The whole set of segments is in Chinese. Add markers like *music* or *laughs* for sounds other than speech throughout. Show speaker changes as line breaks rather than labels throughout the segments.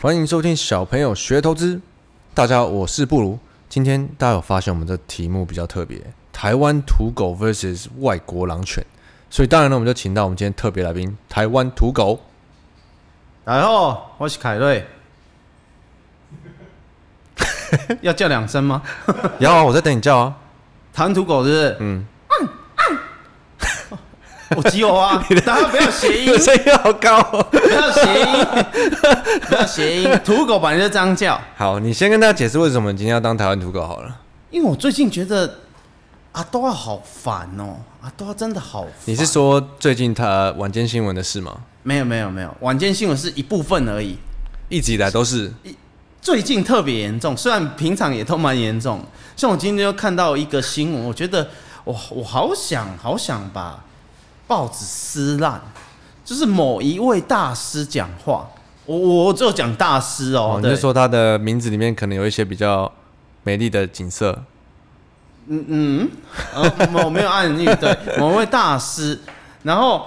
欢迎收听小朋友学投资。大家好，我是布鲁。今天大家有发现我们这题目比较特别，台湾土狗 vs 外国狼犬，所以当然呢，我们就请到我们今天特别来宾台湾土狗。
然后我是凯瑞， *laughs* 要叫两声吗？
然后我在等你叫啊，
谈土狗是不是？嗯。我只有
*laughs*
啊，大家不要谐音
你的， *laughs* 声音好高、哦。
不要谐音，不要谐
*laughs*
音。土狗本来就这样叫，
好，你先跟大家解释为什么今天要当台湾土狗好了。
因为我最近觉得阿多啊好烦哦，阿多啊真的好烦。
你是说最近他晚间新闻的事吗？
没有没有没有，晚间新闻是一部分而已，
一直以来都是
最近特别严重，虽然平常也都蛮严重。像我今天又看到一个新闻，我觉得哇，我好想好想把报纸撕烂，就是某一位大师讲话。我我我只有讲大师哦，
哦，你
对
就说他的名字里面可能有一些比较美丽的景色。
呃，某没有暗喻，
*laughs*
对，某位大师，然后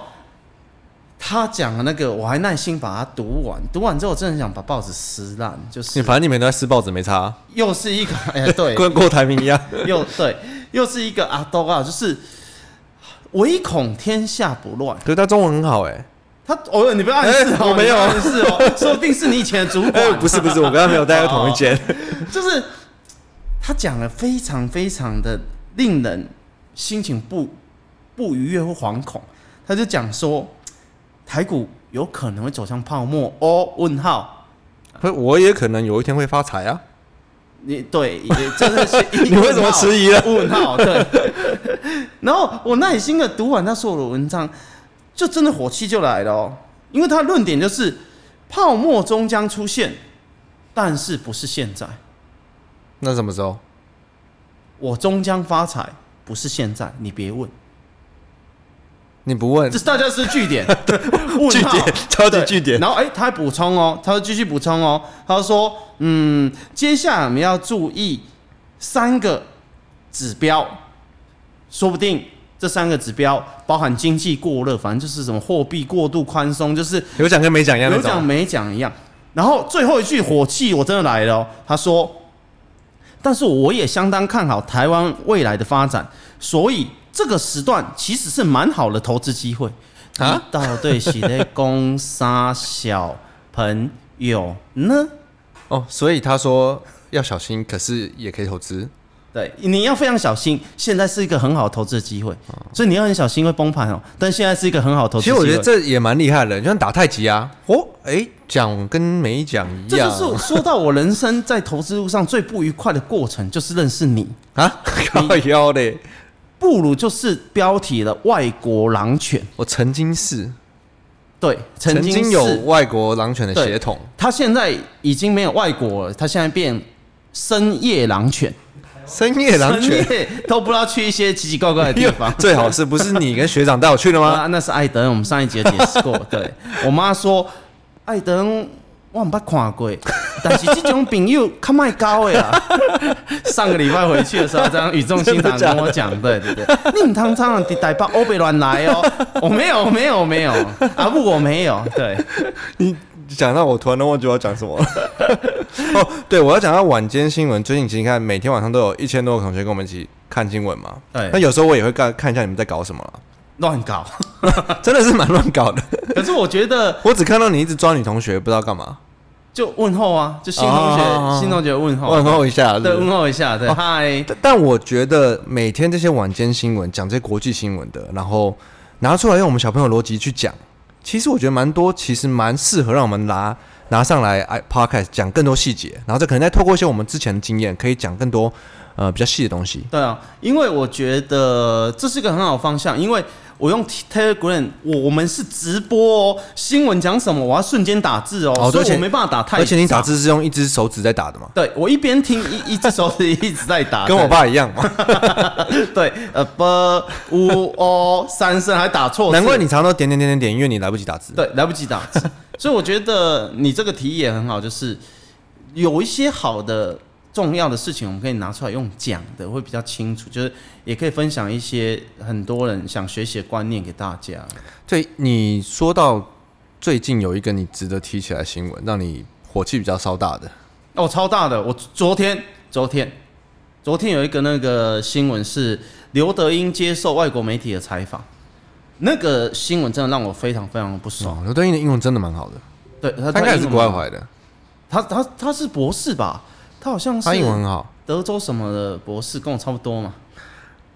他讲的那个，我还耐心把它读完，读完之后，我真的很想把报纸撕烂，就
你
是
反正你们都在撕报纸，没差啊、
又是一个，哎、
*laughs*
对，
跟郭台铭一样。
*laughs* 又对，又是一个阿兜啊，就是唯恐天下不乱。
可是他中文很好哎、
他哦，你不要暗示哦，
哎我没有
你不要暗示哦，
*laughs*
说不定是你以前的主管。啊
哎、不是不是，我跟他没有待在同一
*laughs* 哦
间。
就是他讲了非常非常的令人心情不不愉悦或惶恐。他就讲说，台股有可能会走向泡沫哦？问号？
*laughs* 不是我也可能有一天会发财啊！
你对，也真是
*laughs* 你为什么迟疑了
问号？对。 *laughs* 然后我耐心的读完他所有的文章，就真的火气就来了哦，因为他的论点就是泡沫终将出现，但是不是现在。
那什么时候？
我终将发财，不是现在，你别问。
你不问
这是大家是据
*laughs*
点，问
据
号
点，超级
对
据点。
然后哎、他还补充哦，他继续补充哦，他说，嗯，接下来我们要注意三个指标，说不定这三个指标包含经济过热，反正就是什么货币过度宽松，就是
有讲跟没讲一样那
有讲
种。
没讲一样。然后最后一句火气我真的来了哦、他说：“但是我也相当看好台湾未来的发展，所以这个时段其实是蛮好的投资机会。”
啊
啊，到对喜的攻杀小朋友呢？
哦，所以他说要小心，可是也可以投资。
对，你要非常小心。现在是一个很好的投资的机会，所以你要很小心会崩盘哦。但现在是一个很好的投
哦其
资
实
机会。
我觉得这也蛮厉害的，就像打太极啊。哦，哎、讲跟没讲一
这
样。
就是我说到我人生在投资路上最不愉快的过程，就是认识你。
啊， *laughs* 靠腰嘞！
布鲁就是标题了，外国狼犬，
我曾经是
对，曾经
经
是
有外国狼犬的血统，
他现在已经没有外国了，他现在变深夜狼犬，
深夜狼犬。
深。夜都不知道去一些奇奇怪怪的地方
*laughs* 最好是不是你跟学长带我去的吗？
*laughs* 啊，那是艾德恩，我们上一集有解
*laughs*
释过。对我妈说，艾德恩我没捌看过，但是这种朋友较卖高
*laughs*
的啦。上个礼拜回去的时候，这样语重心长跟我讲，对对对，你唔通常常伫台北欧北乱来
*laughs*
哦。我没有，我没有，我没有，啊不，我没有，对。
你讲到我突然都忘记我要讲 *laughs* 什么了。哦，对，我要讲到晚间新闻。最近其实你看，每天晚上都有一千多个同学跟我们一起看新闻嘛。
对
那有时候我也会看看一下你们在搞什么啦，
乱搞。
*laughs* 真的是蛮乱搞的。
可是我觉得，
我只看到你一直抓女同学，不知道干嘛。
就问候啊，就新同学，
哦
新同学问候，
问候一哦下，
对，
是不
问
是
候一下，对，嗨，
但但我觉得每天这些晚间新闻讲这些国际新闻的，然后拿出来用我们小朋友的逻辑去讲，其实我觉得蛮多，其实蛮适合让我们拿拿上来哎 podcast 讲更多细节，然后再可能再透过一些我们之前的经验，可以讲更多呃比较细的东西。
对啊，因为我觉得这是个很好的方向，因为我用 Telegram，我我们是直播哦，新闻讲什么，我要瞬间打字哦，
哦对
所
而
以我
且
没办法打太，
而且你打，字是用一只手指在打的嘛，
对我一边听一一只手指一直在
*laughs*
打，
跟我爸一样
*laughs*
嘛，
对对，呃不五哦三声还打错字，
难怪你常常都点点点点点，因为你来不及打字。
对，来不及打字。所以我觉得你这个提议也很好，就是有一些好的、重要的事情，我们可以拿出来用讲的，会比较清楚。就是也可以分享一些很多人想学习的观念给大家。
对，你说到最近有一个你值得提起来的新闻，让你火气比较烧大的？
哦，超大的！我昨天、昨天、昨天有一个那个新闻是刘德英接受外国媒体的采访，那个新闻真的让我非常非常不爽。
哦，刘德英的英文真的蛮好的，
对他，
他应该也是
英文
国外回来的，
他他他是博士吧？他好像是
他英文很好。
德州什么的博士，跟我差不多嘛。 *laughs*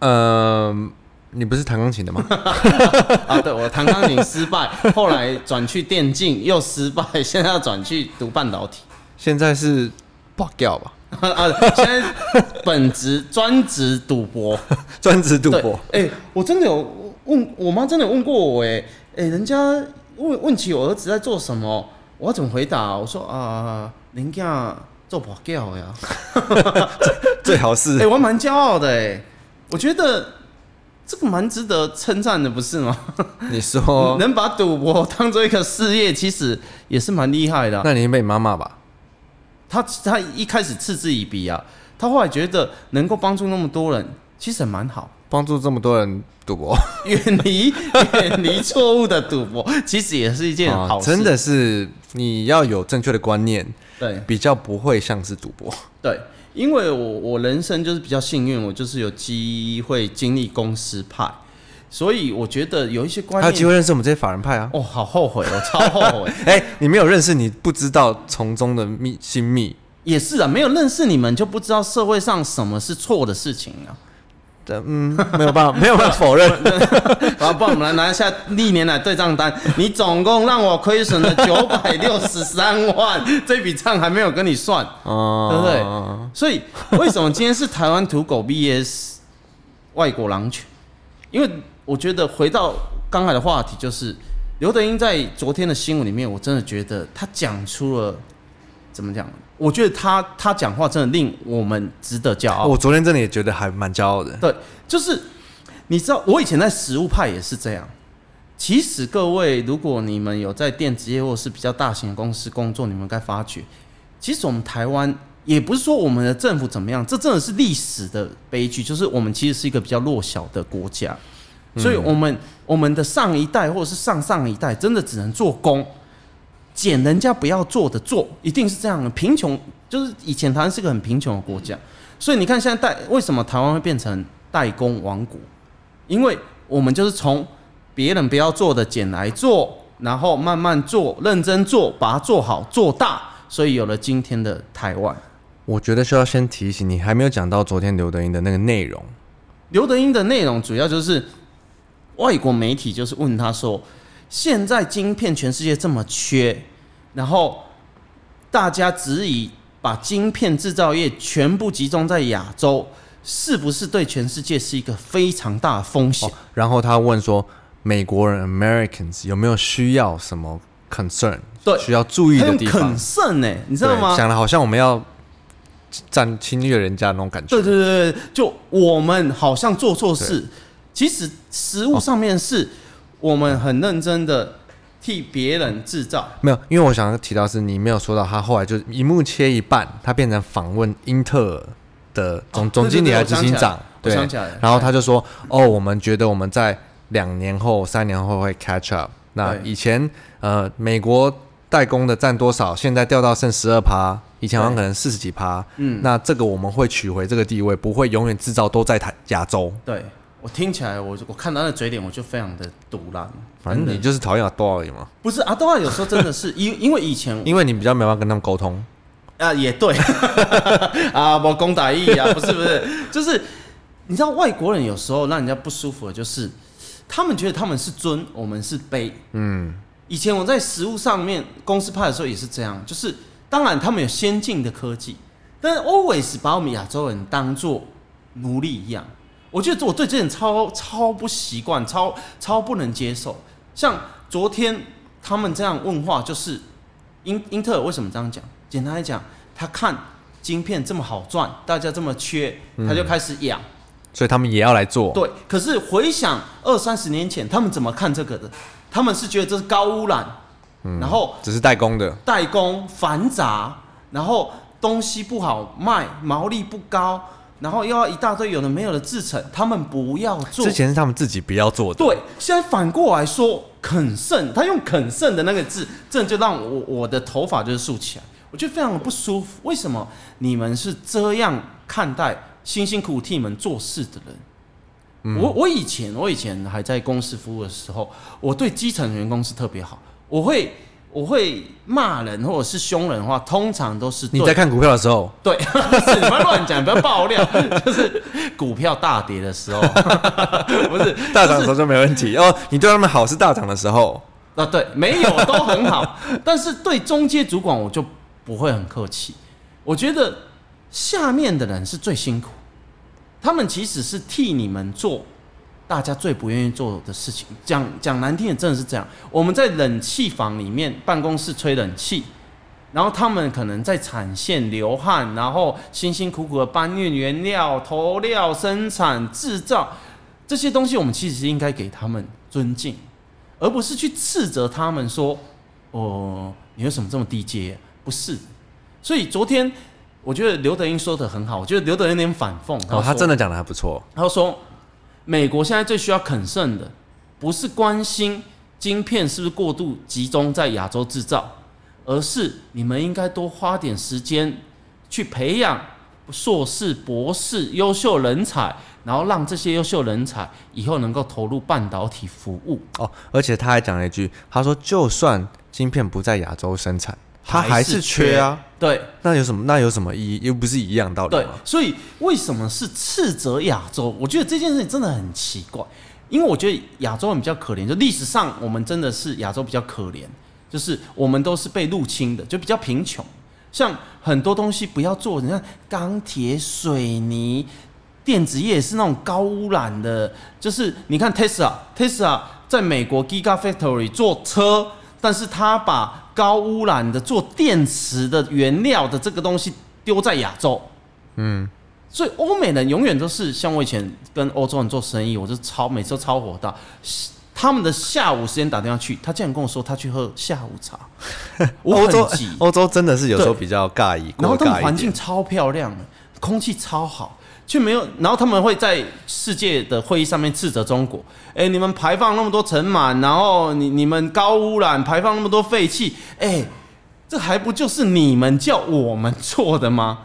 嗯，你不是弹钢琴的吗？ *laughs*
啊，对，我弹钢琴失败，后来转去电竞又失败，现在要转去读半导体。 *laughs*
现在是爆掉吧？
啊，现在本职专职赌博。
*laughs* 专职赌
对，
博，
哎、我真的有问我妈，真的有问过我、哎，哎，人家问问起我儿子在做什么，我要怎么回答、我说啊，人家做保教
*laughs*
呀。
最好
哎、
是
我还蛮骄傲的、哎，我觉得这个蛮值得称赞的，不是吗？
你说，
能把赌博当做一个事业，其实也是蛮厉害的啊、
那你被妈妈吧？
他他一开始嗤之以鼻啊，他后来觉得能够帮助那么多人，其实也蛮好。 *laughs*
帮助这么多人赌博，
远离远离错误的赌博，其实也是一件好
哦
事。
真的是你要有正确的观念，
对
比较不会像是赌博。
对，因为我我人生就是比较幸运，我就是有机会经历公司派，所以我觉得有一些观
还有机
念，
会认识我们这些法人派啊！
哦，好后悔，我超后悔。 *laughs*
哎、你没有认识，你不知道从中的秘心秘。
也是啊，没有认识你们就不知道社会上什么是错的事情啊。
的嗯，没有办法，没有办法否 *laughs* 认。
然后，帮我们来拿一下历年来对账单。你总共让我亏损了九百六十三万，这笔账还没有跟你算，对不对
哦，？
所以为什么今天是台湾土狗 VS 外国狼犬？因为我觉得回到刚才的话题，就是刘德英在昨天的新闻里面，我真的觉得他讲出了怎么讲？我觉得他他讲话真的令我们值得骄傲。
哦我昨天真的也觉得还蛮骄傲的。
对，就是你知道，我以前在实物派也是这样。其实各位，如果你们有在电子业或是比较大型的公司工作，你们该发觉，其实我们台湾也不是说我们的政府怎么样，这真的是历史的悲剧，就是我们其实是一个比较弱小的国家，所以我们、我们的上一代或者是上上一代，真的只能做工。捡人家不要做的做，一定是这样的。贫穷就是以前台湾是个很贫穷的国家，所以你看现在代为什么台湾会变成代工王国？因为我们就是从别人不要做的捡来做，然后慢慢做，认真做，把它做好做大，所以有了今天的台湾。
我觉得需要先提醒你，还没有讲到昨天刘德英的那个内容。
刘德英的内容主要就是外国媒体就是问他说，现在晶片全世界这么缺，然后大家只以把晶片制造业全部集中在亚洲，是不是对全世界是一个非常大的风险？
哦然后他问说，美国人 Americans 有没有需要什么 concern？
对
需要注意
很
的地方
很。慎呢、欸你知道
对，
吗？
讲的好像我们要占侵略人家那种感觉。
对对对对，就我们好像做错事，其实实
哦
物上面是我们很认真的替别人制造。
没有，因为我想要提到是你没有说到，他后来就一幕切一半，他变成访问英特尔的总、
哦
总经理
对对对
还
我
是执
想
行
起来
长
了，我
对
想起来了，
然后他就说，哦，我们觉得我们在两年后、三年后会 catch up。那
对
以前呃，美国代工的占多少？现在掉到剩十二趴，以前好像可能四十几趴。嗯，那这个我们会取回这个地位，不会永远制造都在台亚洲。
对我听起来，我我看到那嘴脸，我就非常的堵然。
反正你就是讨厌多而已嘛，
不是阿多啊，有时候真的是因因为以前
因为你比较没办法跟他们沟通。
啊也对 *laughs* 啊，我攻打意啊，不是不是， *laughs* 就是你知道外国人有时候让人家不舒服的就是，他们觉得他们是尊，我们是卑。
嗯，
以前我在食物上面公司派的时候也是这样，就是当然他们有先进的科技，但是 always 把我们亚洲人当做奴隶一样。我觉得我对这点超超不习惯，超超不能接受。像昨天他们这样问话，就是英英特尔为什么这样讲？简单来讲，他看晶片这么好赚，大家这么缺，他
嗯
就开始养。
所以他们也要来做。
对，可是回想二三十年前，他们怎么看这个的？他们是觉得这是高污染，
嗯
然后
只是代工的，
代工繁杂，然后东西不好卖，毛利不高，然后又要一大堆有的没有的制成，他们不要做
之。前是他们自己不要做的。
对，现在反过来说，肯慎，他用肯慎的那个字，这就让我我的头发就是竖起来。我觉得非常的不舒服。为什么你们是这样看待辛辛苦苦替你们做事的人？
嗯
我我以前我以前还在公司服务的时候，我对基层员工是特别好，我会我会骂人或者是凶人的话，通常都是对
你在看股票的时候，
对， *laughs* 不是你不要乱讲，不要爆料， *laughs* 就是股票大跌的时候， *laughs* 不是
大涨的时候就没问 *laughs* 题哦。你对他们好是大涨的时候，
啊，对，没有都很好，但是对中介主管我就不会很客气。我觉得下面的人是最辛苦，他们其实是替你们做大家最不愿意做的事情。讲讲难听的，真的是这样。我们在冷气房里面办公室吹冷气，然后他们可能在产线流汗，然后辛辛苦苦的搬运原料、投料、生产、制造这些东西，我们其实应该给他们尊敬。而不是去斥责他们说：“哦，你为什么这么低阶、不是，所以昨天我觉得刘德英说的很好，我觉得刘德英有点反讽。
哦，他
说
真的讲的还不错，
他说，美国现在最需要肯慎的，不是关心晶片是不是过度集中在亚洲制造，而是你们应该多花点时间去培养硕士、博士优秀人才，然后让这些优秀人才以后能够投入半导体服务。
哦，而且他还讲了一句，他说就算晶片不在亚洲生产，他还是缺啊。
对。
那有什么？那有什么意义？又不是一样道理
对
吗？，
所以为什么是斥责亚洲？我觉得这件事情真的很奇怪，因为我觉得亚洲人比较可怜，就历史上我们真的是亚洲比较可怜，就是我们都是被入侵的，就比较贫穷。像很多东西不要做，你看钢铁、水泥、电子业也是那种高污染的，就是你看 Tesla，Tesla 在美国 Giga Factory 做车，但是他把高污染的做电池的原料的这个东西丢在亚洲，
嗯
所以欧美人永远都是像我以前跟欧洲人做生意，我就超每次都超火大。他们的下午时间打电话去，他竟然跟我说他去喝下午茶，我
欧洲
很急。
欧洲真的是有时候
对
比较尬意，
然后他
过
们
尬
环
一
境
点。
超漂亮的，空气超好，却没有。然后他们会在世界的会议上面斥责中国：，哎、你们排放那么多尘螨，然后你你们高污染，排放那么多废气，哎、这还不就是你们叫我们做的吗？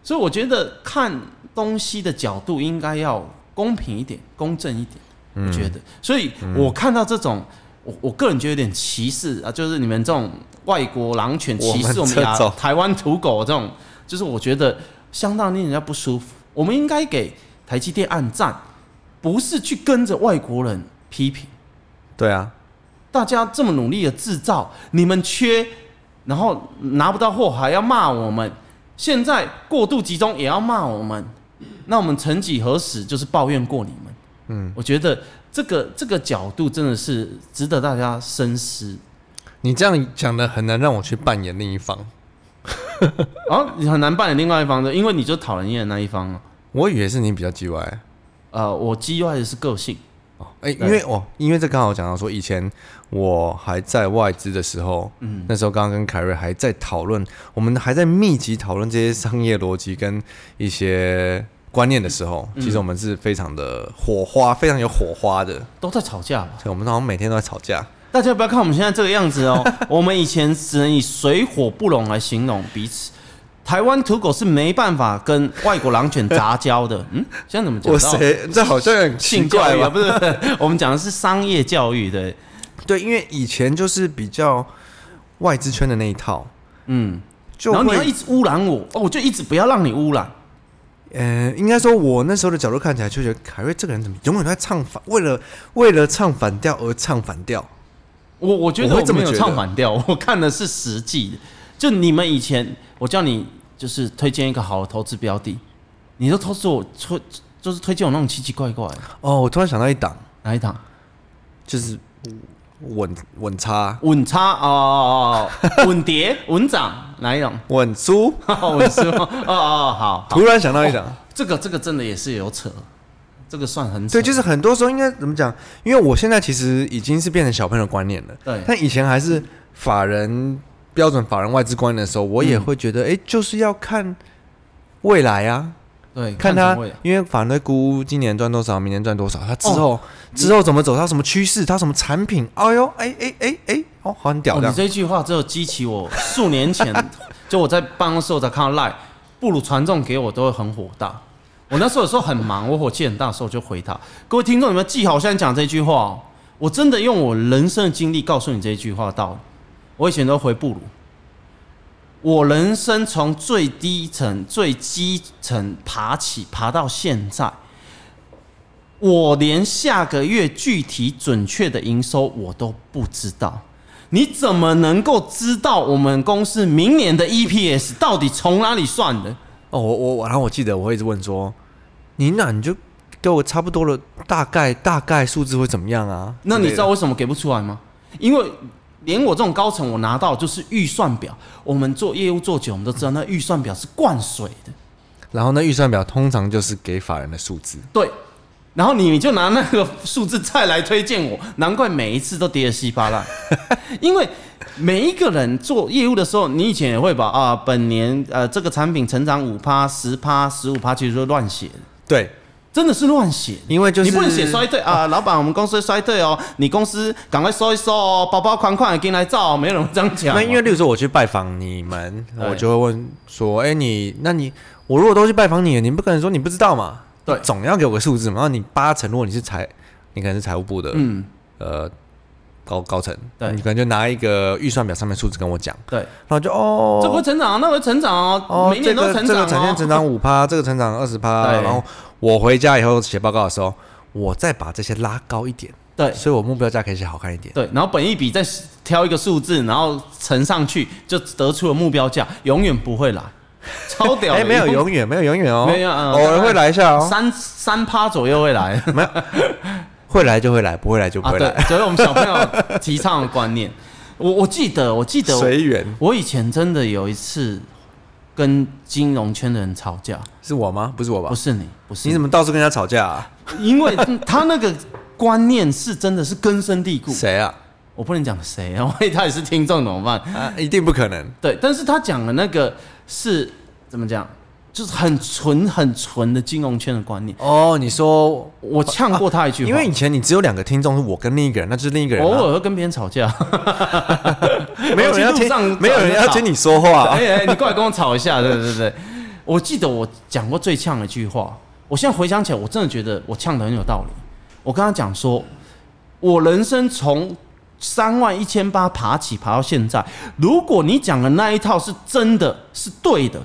所以我觉得看东西的角度应该要公平一点、公正一点。
嗯
我觉得，所以我看到这种，我我个人觉得有点歧视啊，就是你们这种外国狼犬歧视
我
我
们
们
这
亚
种
台湾土狗这种，就是我觉得相当令人家不舒服。我们应该给台积电按赞，不是去跟着外国人批评。
对啊，
大家这么努力的制造，你们缺，然后拿不到货还要骂我们，现在过度集中也要骂我们，那我们曾几何时就是抱怨过你们？嗯，我觉得这个这个角度真的是值得大家深思。
你这样讲的很难让我去扮演另一方。
然后啊你很难扮演另外一方的，因为你就讨人厌的那一方啊。
我以为是你比较叽歪
呃，我 G U 的是个性，
哦，哎、
对
因为哦，因为这刚好讲到说，以前我还在外资的时候，嗯，那时候刚刚跟凯瑞还在讨论，我们还在密集讨论这些商业逻辑跟一些观念的时候，其实我们是非常的火花，非常有火花的，
都在吵架吧。
对，我们好像每天都在吵架。
大家不要看我们现在这个样
*laughs*
子哦，我们以前只能以水火不容来形容彼此。台湾土狗是没办法跟外国狼犬杂交的，嗯，现在怎么讲
我
到
谁？ *laughs* 这好像很奇
性教
怪
育
吧？
啊？不是，不是 *laughs* 我们讲的是商业教育，对，
对，因为以前就是比较外资圈的那一套，
嗯，
就
然后你要
会
一直污染我，哦，我就一直不要让你污染，
呃，应该说，我那时候的角度看起来，就觉得凯瑞这个人怎么永远都在唱反，为了为了唱反调而唱反调。
我我觉得
我会
我
这么
没有
觉
唱
得
反调，我看的是实际的。就你们以前，我叫你就是推荐一个好的投资标的，你都投资我推，就是推荐我那种奇奇怪怪的
哦，我突然想到一档，
哪一档？
就是稳稳差、
稳差
*laughs*
哦哦哦哦，稳跌、稳涨哪一种？ *laughs*
稳输，
稳输哦哦哦，好，好
突然想到一档。
这个这个真的也是有扯，这个算很扯。
对，就是很多时候应该怎么讲？因为我现在其实已经是变成小朋友观念了，
对
但以前还是法人嗯标准法人外资观念的时候，我也会觉得，哎、就是要看未来啊。
对，
看
他
他，因为法人会估今年赚多少，明年赚多少，他之
哦
后、之后怎么走，他什么趋势，他什么产品，哎呦，哎哎哎哎，哦，好很屌
哦，
的、
你这句话只有激起我数年前，就我在办公室我才看到赖，不如传送给我都会很火大。我那时候有时候很忙，我火气很大的时候我就回他。各位听众，你们记好，我现在讲这句话、哦，我真的用我人生的经历告诉你这一句话的道理。我以前都回布鲁，我人生从最低层、最基层爬起，爬到现在，我连下个月具体准确的营收我都不知道。你怎么能够知道我们公司明年的 EPS 到底从哪里算的？
哦，我我我，然后我记得我会一直问说，你那你就给我差不多了，大概大概数字会怎么样啊？
那你
之类
知
的
道为什么给不出来吗？因为连我这种高层，我拿到就是预算表。我们做业务做久，我们都知道那预算表是灌水的。
然后那预算表通常就是给法人的数字，
对，然后你就拿那个数字再来推荐我，难怪每一次都跌得稀巴烂，因为每一个人做业务的时候，你以前也会把啊、本年呃这个产品成长五趴、十趴、十五趴，其实都乱写的，
对，
真的是乱写的。
因为就是
你不能写衰退啊，老板，我们公司衰退哦，你公司赶快收一收哦，包包款款进来照哦，没有人会这样讲哦。
那因为，例如说我去拜访你们，
对
我就会问说：“哎、你那你我如果都去拜访你，你不可能说你不知道嘛？
对
你总要给我个数字嘛。然后你八成，如果你是财，你可能是财务部的、
嗯，
呃高高层，
对
你可能就拿一个预算表上面数字跟我讲，
对，
然后就哦，
这会成长哦，那会成长哦，
哦，
每年都成
这个这
长
个产
哦
线，成长五趴，这个成长二十趴，
对
然后我回家以后写报告的时候，我再把这些拉高一点，
对。
所以我目标价可以写好看一点。
对，然后本一笔再挑一个数字，然后乘上去，就得出了目标价，永远不会来，超屌 *laughs* 的！
哎，没有永远，没有永远哦，
没有嗯
偶尔会来一下哦。
三三趴左右会来 *laughs*
会来就会来，不会来就不
啊，
会来，
对，所以我们小朋友提倡的观念，我我记得，我记得我
随缘。
我以前真的有一次跟金融圈的人吵架，
是我吗？不是我吧
不？是你，不是
你怎么到处跟人家吵架啊？
因为他那个观念是真的是根深蒂固，
谁啊？
我不能讲谁啊，万一他也是听众怎么办？
啊，一定不可能。
对，但是他讲的那个是怎么讲，就是很纯很纯的金融圈的观念。
哦，你说，
我呛过他一句话，
因为以前你只有两个听众，是我跟另一个人，那就是另一个人
偶
啊，
尔会跟别人吵架，
*laughs* 没有人要
我去路上
听，没有人要听你说话
*laughs*
啊
哎。哎，你过来跟我吵一下，对对对。我记得我讲过最呛的一句话，我现在回想起来，我真的觉得我呛的很有道理。我跟他讲说，我人生从三万一千八爬起爬到现在，如果你讲的那一套是真的是对的，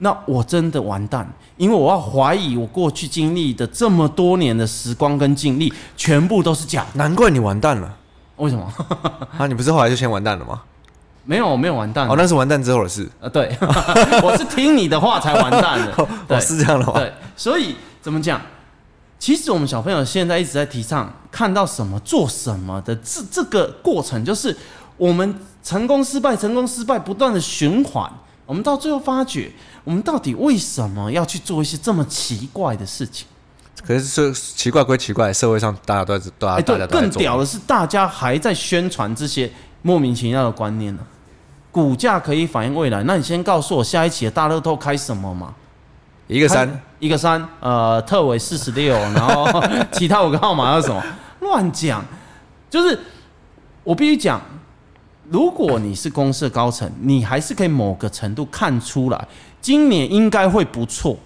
那我真的完蛋，因为我要怀疑我过去经历的这么多年的时光跟经历，全部都是假的。
难怪你完蛋了
为什么？ *laughs*
啊！你不是后来就先完蛋了吗？
没有，我没有完蛋。
哦，那是完蛋之后的事， *laughs*
呃，对， *laughs* 我是听你的话才完蛋的。对
哦，，是这样的吗？
对，所以怎么讲？其实我们小朋友现在一直在提倡看到什么做什么的这这个过程，就是我们成功失败、成功失败不断的循环。我们到最后发觉，我们到底为什么要去做一些这么奇怪的事情？
可是这奇怪归奇怪，社会上大家都在大
哎，
家啊大
对
家，都在
更
做。
屌的是，大家还在宣传这些莫名其妙的观念呢、股价可以反映未来，那你先告诉我下一期的大乐透开什么嘛？
一个
它
三，，
一个三，呃，特尾四十六，然后其他五个号码是什么？ *laughs* 乱讲，就是我必须讲，如果你是公司的高层，你还是可以某个程度看出来，今年应该会不错，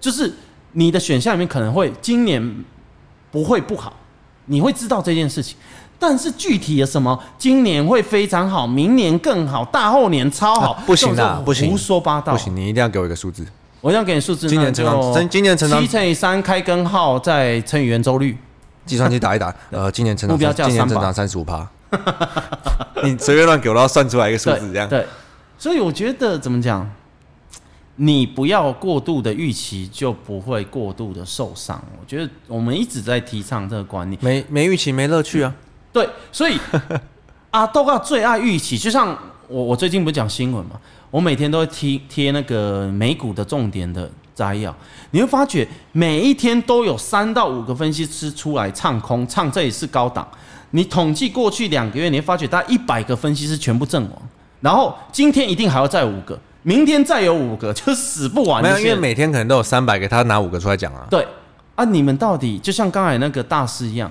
就是你的选项里面可能会今年不会不好，你会知道这件事情。但是具体的什么，今年会非常好，明年更好，大后年超好，
啊不行
这种
啦
是
不行
胡说八道，
不行，你一定要给我一个数字。
我想给你数字，
今年成长真今年成长
七乘以三开根号，再乘以圆周率，
计算机打一
*laughs*
打，呃，今年成长，
目标价
今年
300
成长三十五趴。 *laughs* 你随便乱给我，然后算出来一个数
对
字，这样。
对，所以我觉得怎么讲，你不要过度的预期，就不会过度的受伤。我觉得我们一直在提倡这个观念，
没没预期没乐趣啊！
对，
*laughs*
所以阿豆啊最爱预期，就像我我最近不是讲新闻嘛，我每天都会贴贴那个美股的重点的摘要，你会发觉每一天都有三到五个分析师出来唱空，唱这也是高档。你统计过去两个月，你会发觉大概一百个分析师全部阵亡，然后今天一定还要再五个，明天再有五个，就死不完
没
这些。
有，因为每天可能都有三百个，他拿五个出来讲啊。
对啊，你们到底就像刚才那个大师一样，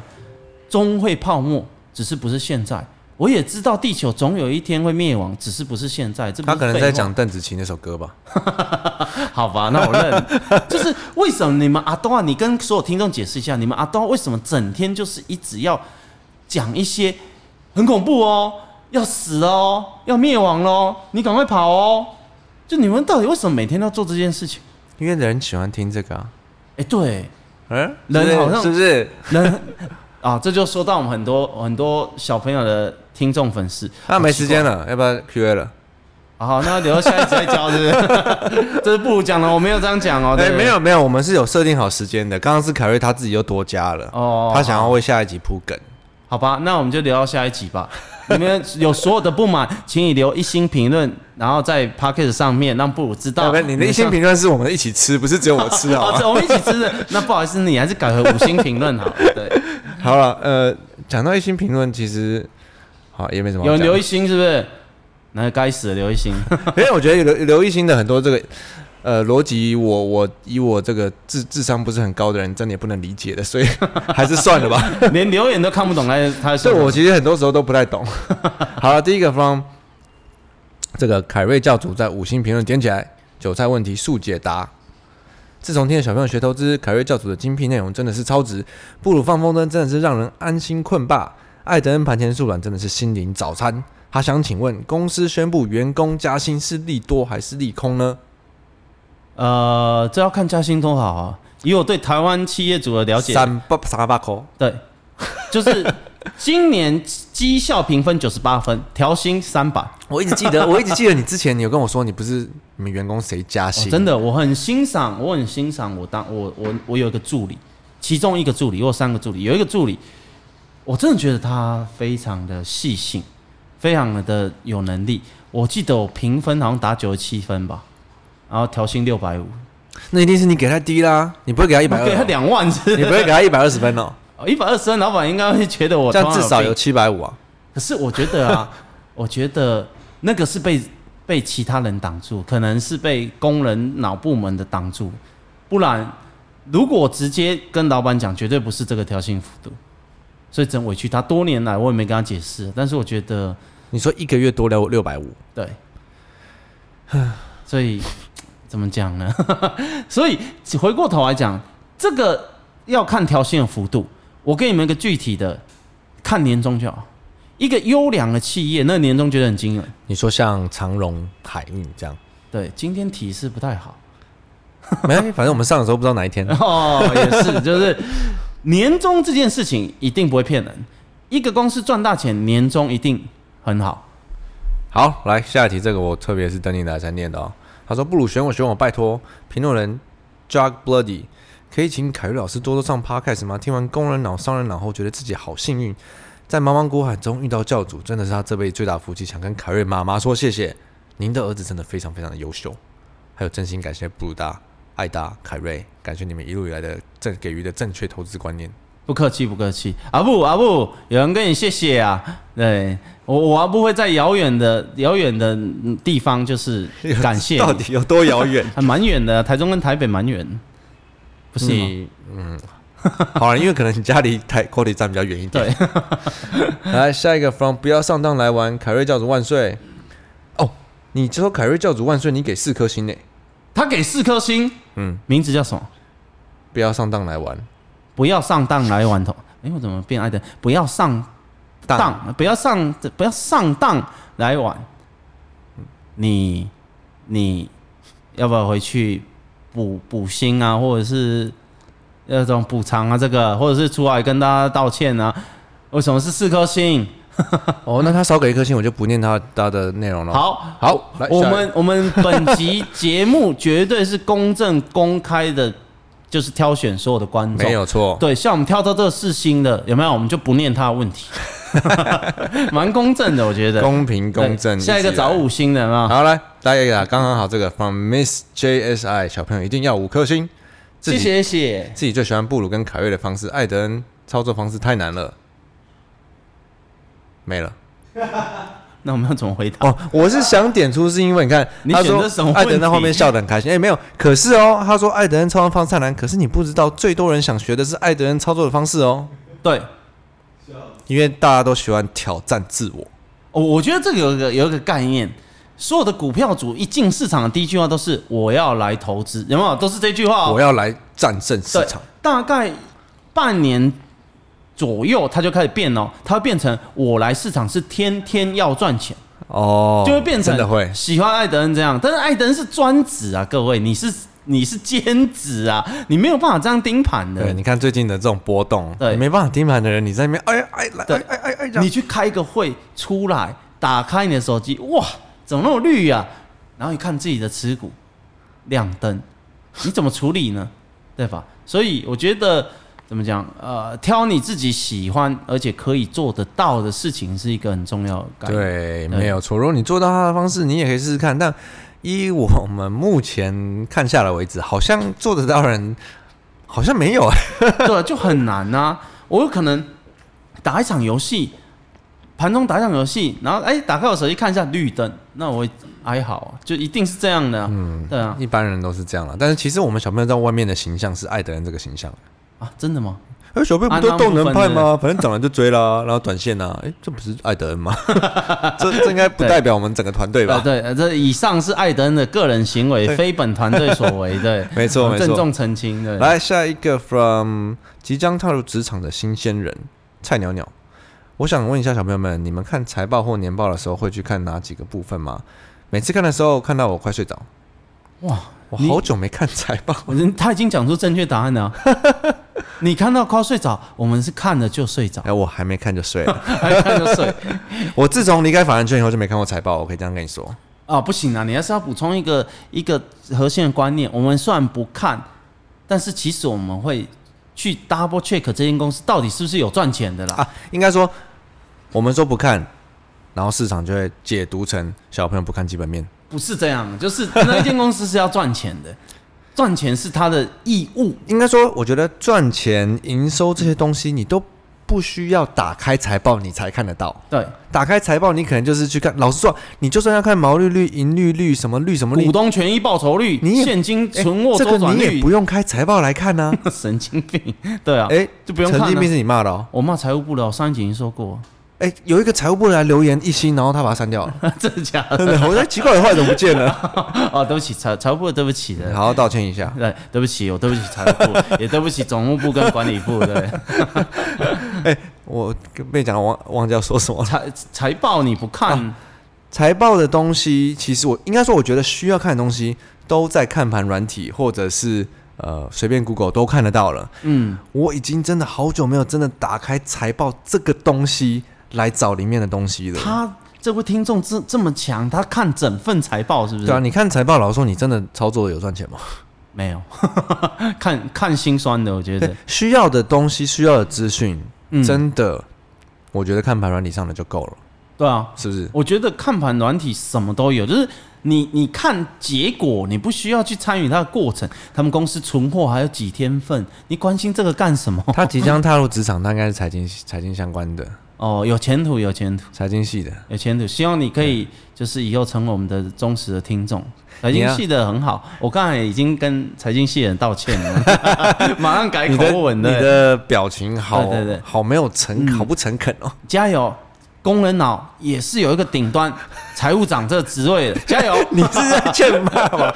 终会泡沫，只是不是现在。我也知道地球总有一天会灭亡，只是不是现在。这不
他
是
可能
废
在
话
讲邓紫棋那首歌吧？
好吧，那我认。就是为什么你们阿东啊，你跟所有听众解释一下，你们阿东啊为什么整天就是一直要讲一些很恐怖哦，要死了哦，要灭亡喽，你赶快跑哦！就你们到底为什么每天都要做这件事情？
因为人喜欢听这个啊。
哎、对，
嗯，
人
是不是
好像
是不是？
人啊，这就说到我们很多很多小朋友的听众粉丝，
那没时间了，要不要 Q&A 了？
啊好，那留到下一集再教，
*laughs*
是不是？这是不如讲了，我没有这样讲哦。
哎、
对不对
没有没有，我们是有设定好时间的。刚刚是凯瑞他自己又多加了，
哦
他想要为下一集铺梗。
好吧，那我们就留到下一集吧。你们有所有的不满，请你留一星评论，然后在 p o c k e t 上面让布鲁知道。
哎不是你的一星评论是我们一起吃，不是只有我
*laughs*
吃好啊
哦，
吗？
这我们一起
*laughs*
吃的。那不好意思，你还是改回五星评论好了。对，
好了，呃，讲到一星评论，其实好也没什么好
有
哦讲。
人留一星是不是？那该死的留一星。
因为我觉得刘刘一星的很多这个呃逻辑我，我以我这个智智商不是很高的人，真的也不能理解的，所以还是算了吧。
连留言都看不懂，他他在说
所以
什么
我其实很多时候都不太懂。 *laughs* 好了，第一个方，这个凯瑞教主在五星评论点起来，韭菜问题速解答。自从听了小朋友学投资，凯瑞教主的精辟内容真的是超值，布鲁放风筝真的是让人安心困霸，艾德恩盘前速软真的是心灵早餐。他想请问，公司宣布员工加薪是利多还是利空呢？
呃，这要看嘉兴多好啊。以我对台湾企业主的了解，
三八三八扣，
对， *laughs* 就是今年绩效评分九十八分，调薪三百。哦
我一直记得，我一直记得你之前你有跟我说，你不是你们员工谁加薪、
哦真的，我很欣赏，我很欣赏我当我我我有一个助理，其中一个助理，我有三个助理，有一个助理，我真的觉得他非常的细心，非常的有能力。我记得我评分好像打九十七分吧，然后调薪六百五，
那一定是你给他低啦，你不会给他一百
哦我给他
二，啊
*laughs* 两万是
*laughs* 你不会给他一百二十分哦，
一百二十分，老板应该会觉得我
这样
头脑
至少
病
有七百五啊。
可是我觉得啊，我觉得那个是被被其他人挡住，可能是被工人脑部门的挡住，不然如果直接跟老板讲，绝对不是这个调薪幅度。所以真委屈他，多年来我也没跟他解释，但是我觉得
你说一个月多了六百五，
对， *sighs* 所以怎么讲呢？ *laughs* 所以回过头来讲，这个要看调薪的幅度。我给你们一个具体的，看年终就好。一个优良的企业，那个年终觉得很惊人。
你说像长荣海运这样，
对，今天体势不太好。 *laughs*
没关系，反正我们上的时候不知道哪一天。啊
哦，也是，就是年终这件事情一定不会骗人。一个公司赚大钱，年终一定很好。
好，来下一题，这个我特别是等你来才念的哦。他说：“布鲁选我选我，拜托。”评论人 Jug Bloody，可以请凯瑞老师多多上 Podcast 吗？听完工人脑、商人脑后，觉得自己好幸运，在茫茫股海中遇到教主，真的是他这辈子最大福气。想跟凯瑞妈妈说谢谢，您的儿子真的非常非常的优秀。还有真心感谢布鲁大、艾达、凯瑞，感谢你们一路以来的正给予的正确投资观念。
不客气，不客气。阿布，阿布，有人跟你谢谢啊。对我，我阿布会在遥远的遥远的嗯地
*laughs*
方，就是感谢
到
你，
底有多遥远？
还蛮远的，台中跟台北蛮远，不是吗？
你嗯，
*laughs*
好了，因为可能你家离台高铁站比较远一点。对， *laughs* 来下一个 from 不要上当来玩，凯瑞教主万岁！哦，你说凯瑞教主万岁，你给四颗星呢？
他给四颗星，
嗯，
名字叫什么？
不要上当来玩，
不要上当来玩头。哎、我怎么变爱的？不要上当，不要上，不要上当来玩。你你要不要回去补补薪啊，或者是那种补偿啊？这个，或者是出来跟大家道歉啊？为什么是四颗星？
哦，那他少给一颗星，我就不念他他的内容了。，
好，
好，来
我
下一个
们我们本集节目 *laughs* 绝对是公正公开的，就是挑选所有的观众
没。有错。
对，像我们挑到这个四星的，有没有？我们就不念他的问题， *laughs* 蛮公正的，我觉得。
公平公正，
对下一个
直来
找五星的啊，
好来，大家刚刚好这个 from Miss JSI 小朋友一定要五颗星，自
谢
己
谢谢谢。
自己最喜欢布鲁跟凯瑞的方式，艾德恩操作方式太难了，没了。
那我们要怎么回答？
哦，我是想点出是因为你看，
你
他
选
说
这什么
艾德
问
在后面
题
笑得很开心。哎、没有，可是哦，他说艾德恩操纵方菜篮，可是你不知道，最多人想学的是艾德恩操作的方式哦，
对，
因为大家都喜欢挑战自我。
我我觉得这个有一个有一个概念，所有的股票主一进市场的第一句话都是我要来投资，有没有？都是这句话、哦。
我要来战胜市
对
场。，
大概半年左右，它就开始变哦，它会变成我来市场是天天要赚钱，
哦，
就会变
真
成
的会。
喜欢艾德恩这样。但是艾德恩是专职啊，各位，你是你是兼职啊，你没有办法这样盯盘的
对，。你看最近的这种波动，
对
你没办法盯盘的人，你在那边哎呀哎来
对
哎哎哎哎，这样
你去开个会出来，打开你的手机，哇，怎么那么绿呀、然后一看自己的持股亮灯，你怎么处理呢？ *laughs* 对吧？所以我觉得怎么讲，呃，挑你自己喜欢而且可以做得到的事情是一个很重要的概念。
对，没有错。如果你做到他的方式，你也可以试试看。但依我们目前看下来为止，好像做得到的人好像没有。*laughs*
*laughs* 对，对，就很难呐、我有可能打一场游戏，盘中打一场游戏，然后哎、打开我手机看一下绿灯，那我会哀嚎啊，就一定是这样的、嗯，对啊，
一般人都是这样了，但是其实我们小朋友在外面的形象是爱德人这个形象。
啊，真的吗？
哎，小朋友不都动能派吗？反正长得就追啦，然后短线啊，哎，这不是艾德恩吗？ *laughs* 这这应该不代表我们整个团队
啊，
吧？
对，呃这以上是艾德恩的个人行为，
对
非本团队所为，对，
*laughs* 没错
我们
没错
郑重澄清，对，
来，下一个 from 即将踏入职场的新鲜人菜鸟鸟，我想问一下小朋友们，你们看财报或年报的时候会去看哪几个部分吗？每次看的时候看到我快睡着，
哇，
我
你
好久没看财报。
我人他已经讲出正确答案了 *laughs* 啊，你看到快睡着，我们是看了就睡
*laughs*
着，
*laughs* 哎，我还没看就睡了。
还看就睡
我自从离开法人圈以后就没看过财报，我可以这样跟你说。
啊，不行啊，你还是要补充一个一个核心的观念，我们虽然不看，但是其实我们会去 double check 这间公司到底是不是有赚钱的啦，
啊，应该说我们说不看，然后市场就会解读成小朋友不看基本面。
不是这样，就是那一间公司是要赚钱的，赚钱是他的义务，
应该说，我觉得赚钱、营收这些东西，你都不需要打开财报你才看得到。
对。
打开财报，你可能就是去看。老实说，你就算要看毛利率、盈利率、什么率、什么率
股，东权益报酬率、
你也
现金
哎
存货
这
周
个
转
你
率
也，不用开财报来看呢、
*laughs* 神经病，对啊，
哎，
就不用看
陈
了
金斌是你骂的哦。
我骂财务部了，我上一集已经说过， *laughs*
哎，有一个财务部来留言一星，然后他把它删
*laughs*
掉了。
真的假
真
的？
的，我在奇怪的话怎么不见
*laughs*
了？
哦，对不起，财财务部，对不起的。
好好道歉一下。
对，对不起，我对不起财务部， *laughs* 也对不起总务部跟管理部。对， *laughs*
哎我被讲忘忘记要说什么了。
财财报你不
啊
看，
财报的东西，其实我应该说，我觉得需要看的东西都在看盘软体或者是呃随便 Google 都看得到了。
嗯，
我已经真的好久没有真的打开财报这个东西来找里面的东西了。
他这位听众这这么强，他看整份财报是不
对啊，
是？
你看财报，老实说，你真的操作有赚钱吗？
没有， *laughs* 看看心酸的，我觉得
对， *laughs* 需要的东西，需要的资讯，
嗯
真的，我觉得看盘软体上的就够了，
对啊，
是
*laughs*
不是？
我觉得看盘软体什么都有，就是你你看结果，你不需要去参与它的过程。他们公司存货还有几天份，你关心这个干什么？ *laughs*
他即将踏入职场，他应该是财经财经相关的，
哦，有前途，有前途，
财经系的。
有前途。希望你可以就是以后成为我们的忠实的听众。财
你
经
啊
系的很好，我刚才已经跟财经系的人道歉了， *laughs* 马上改
你的
口吻
你
的，
的表情好，
对对对
好没有诚，好不诚恳哦。
加油！工人脑也是有一个顶端财务长这个职位的，加油！
*laughs* 你是在欠骂 *laughs* 吗？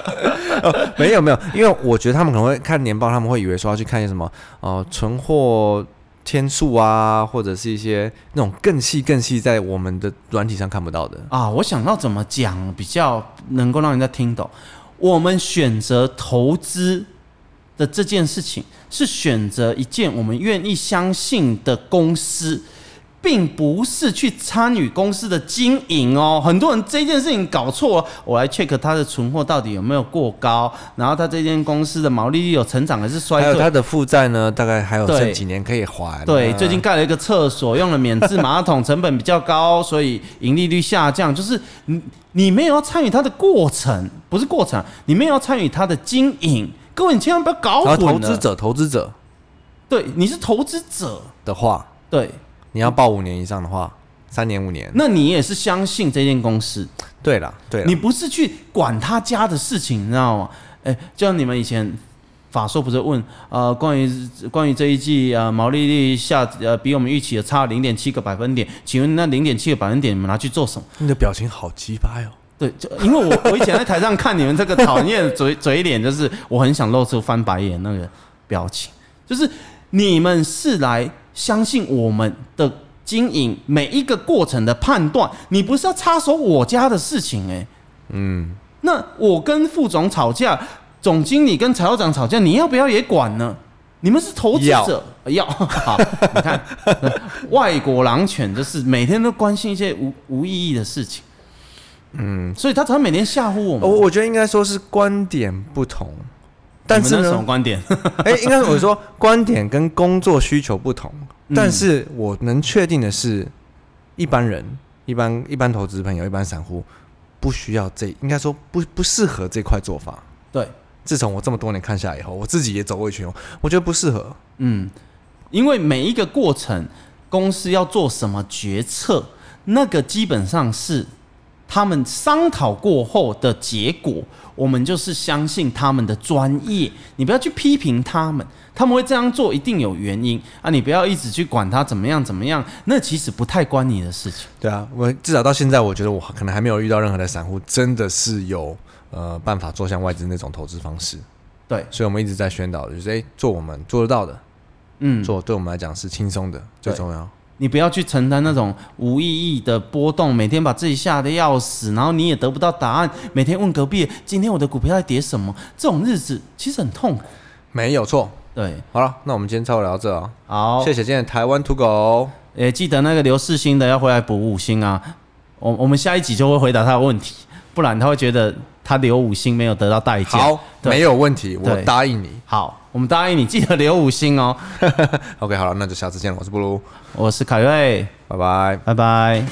哦没有没有，因为我觉得他们可能会看年报，他们会以为说要去看一些什么呃存货天数啊，或者是一些那种更细更细在我们的软体上看不到的。
啊，我想到怎么讲比较能够让人家听懂。我们选择投资的这件事情，是选择一件我们愿意相信的公司，并不是去参与公司的经营哦。 *laughs* 很多人这件事情搞错了，我来 check 它的存货到底有没有过高，然后它这间公司的毛利率有成长还是衰
还有
退
它。的负债呢，大概还有
对
剩几年可以还、啊
对，最近盖了一个厕所，用了免治马桶，成本比较高，所以盈利率下降。 *laughs* 就是你你没有要参与它的过程，不是过程，你没有要参与它的经营。各位，你千万不要搞
然后
混
投
了。
资，者投资者
对，你是投资者，
的话，
对
嗯你要报五年以上的话，三年五年。
那你也是相信这间公司，
对啦，对啦
你，不是去管他家的事情，你知道吗？哎、就像你们以前法硕不是问呃关于关于这一季啊、呃、毛利率下呃比我们预期的差零点七个百分点，请问那零点七个百分点你们拿去做什么？
你的表情好鸡巴哟。
对，就因为我我以前在台上看你们这个讨厌的嘴嘴脸，就是我很想露出翻白眼那个表情，就是你们是来相信我们的经营每一个过程的判断，你不是要插手我家的事情哎、
嗯，
那我跟副总吵架，总经理跟财务长吵架，你要不要也管呢？你们是投资者，要好，你看 *laughs* 外国狼犬就是每天都关心一些无无意义的事情，嗯，所以他才每天吓唬我们。
我我觉得应该说是观点不同，但是
你们那什么
呢，
观点？ *laughs*
*laughs* 哎、应该我说观点跟工作需求不同，
嗯
但是我能确定的是，一般人、一般一般投资朋友、一般散户不需要这，应该说不不适合这块做法。
对，
自从我这么多年看下来以后，我自己也走过一圈，我觉得不适合。
嗯，因为每一个过程，公司要做什么决策，那个基本上是他们商讨过后的结果。我们就是相信他们的专业，你不要去批评他们，他们会这样做一定有原因啊！你不要一直去管他怎么样怎么样，那其实不太关你的事情。
对啊，我至少到现在，我觉得我可能还没有遇到任何的散户真的是有呃办法做像外资那种投资方式，
对，
所以我们一直在宣导，就是哎、做我们做得到的，
嗯，
做对我们来讲是轻松的最
对
重要。
你不要去承担那种无意义的波动，每天把自己吓得要死，然后你也得不到答案，每天问隔壁今天我的股票在跌什么，这种日子其实很痛苦。
没有错。
对，
好了，那我们今天差不多聊到这啊、
好，
谢谢今天的台湾土狗，哦
也记得那个刘世新的要回来补五星啊，我我们下一集就会回答他的问题，不然他会觉得他留五星没有得到代价。
好，
对
没有问题，我
对
答应
*laughs*
你。
好，我们答应你记得留五星哦。
OK，好了，那就下次见了，我是布鲁，
我是凯瑞，
拜拜。
拜拜。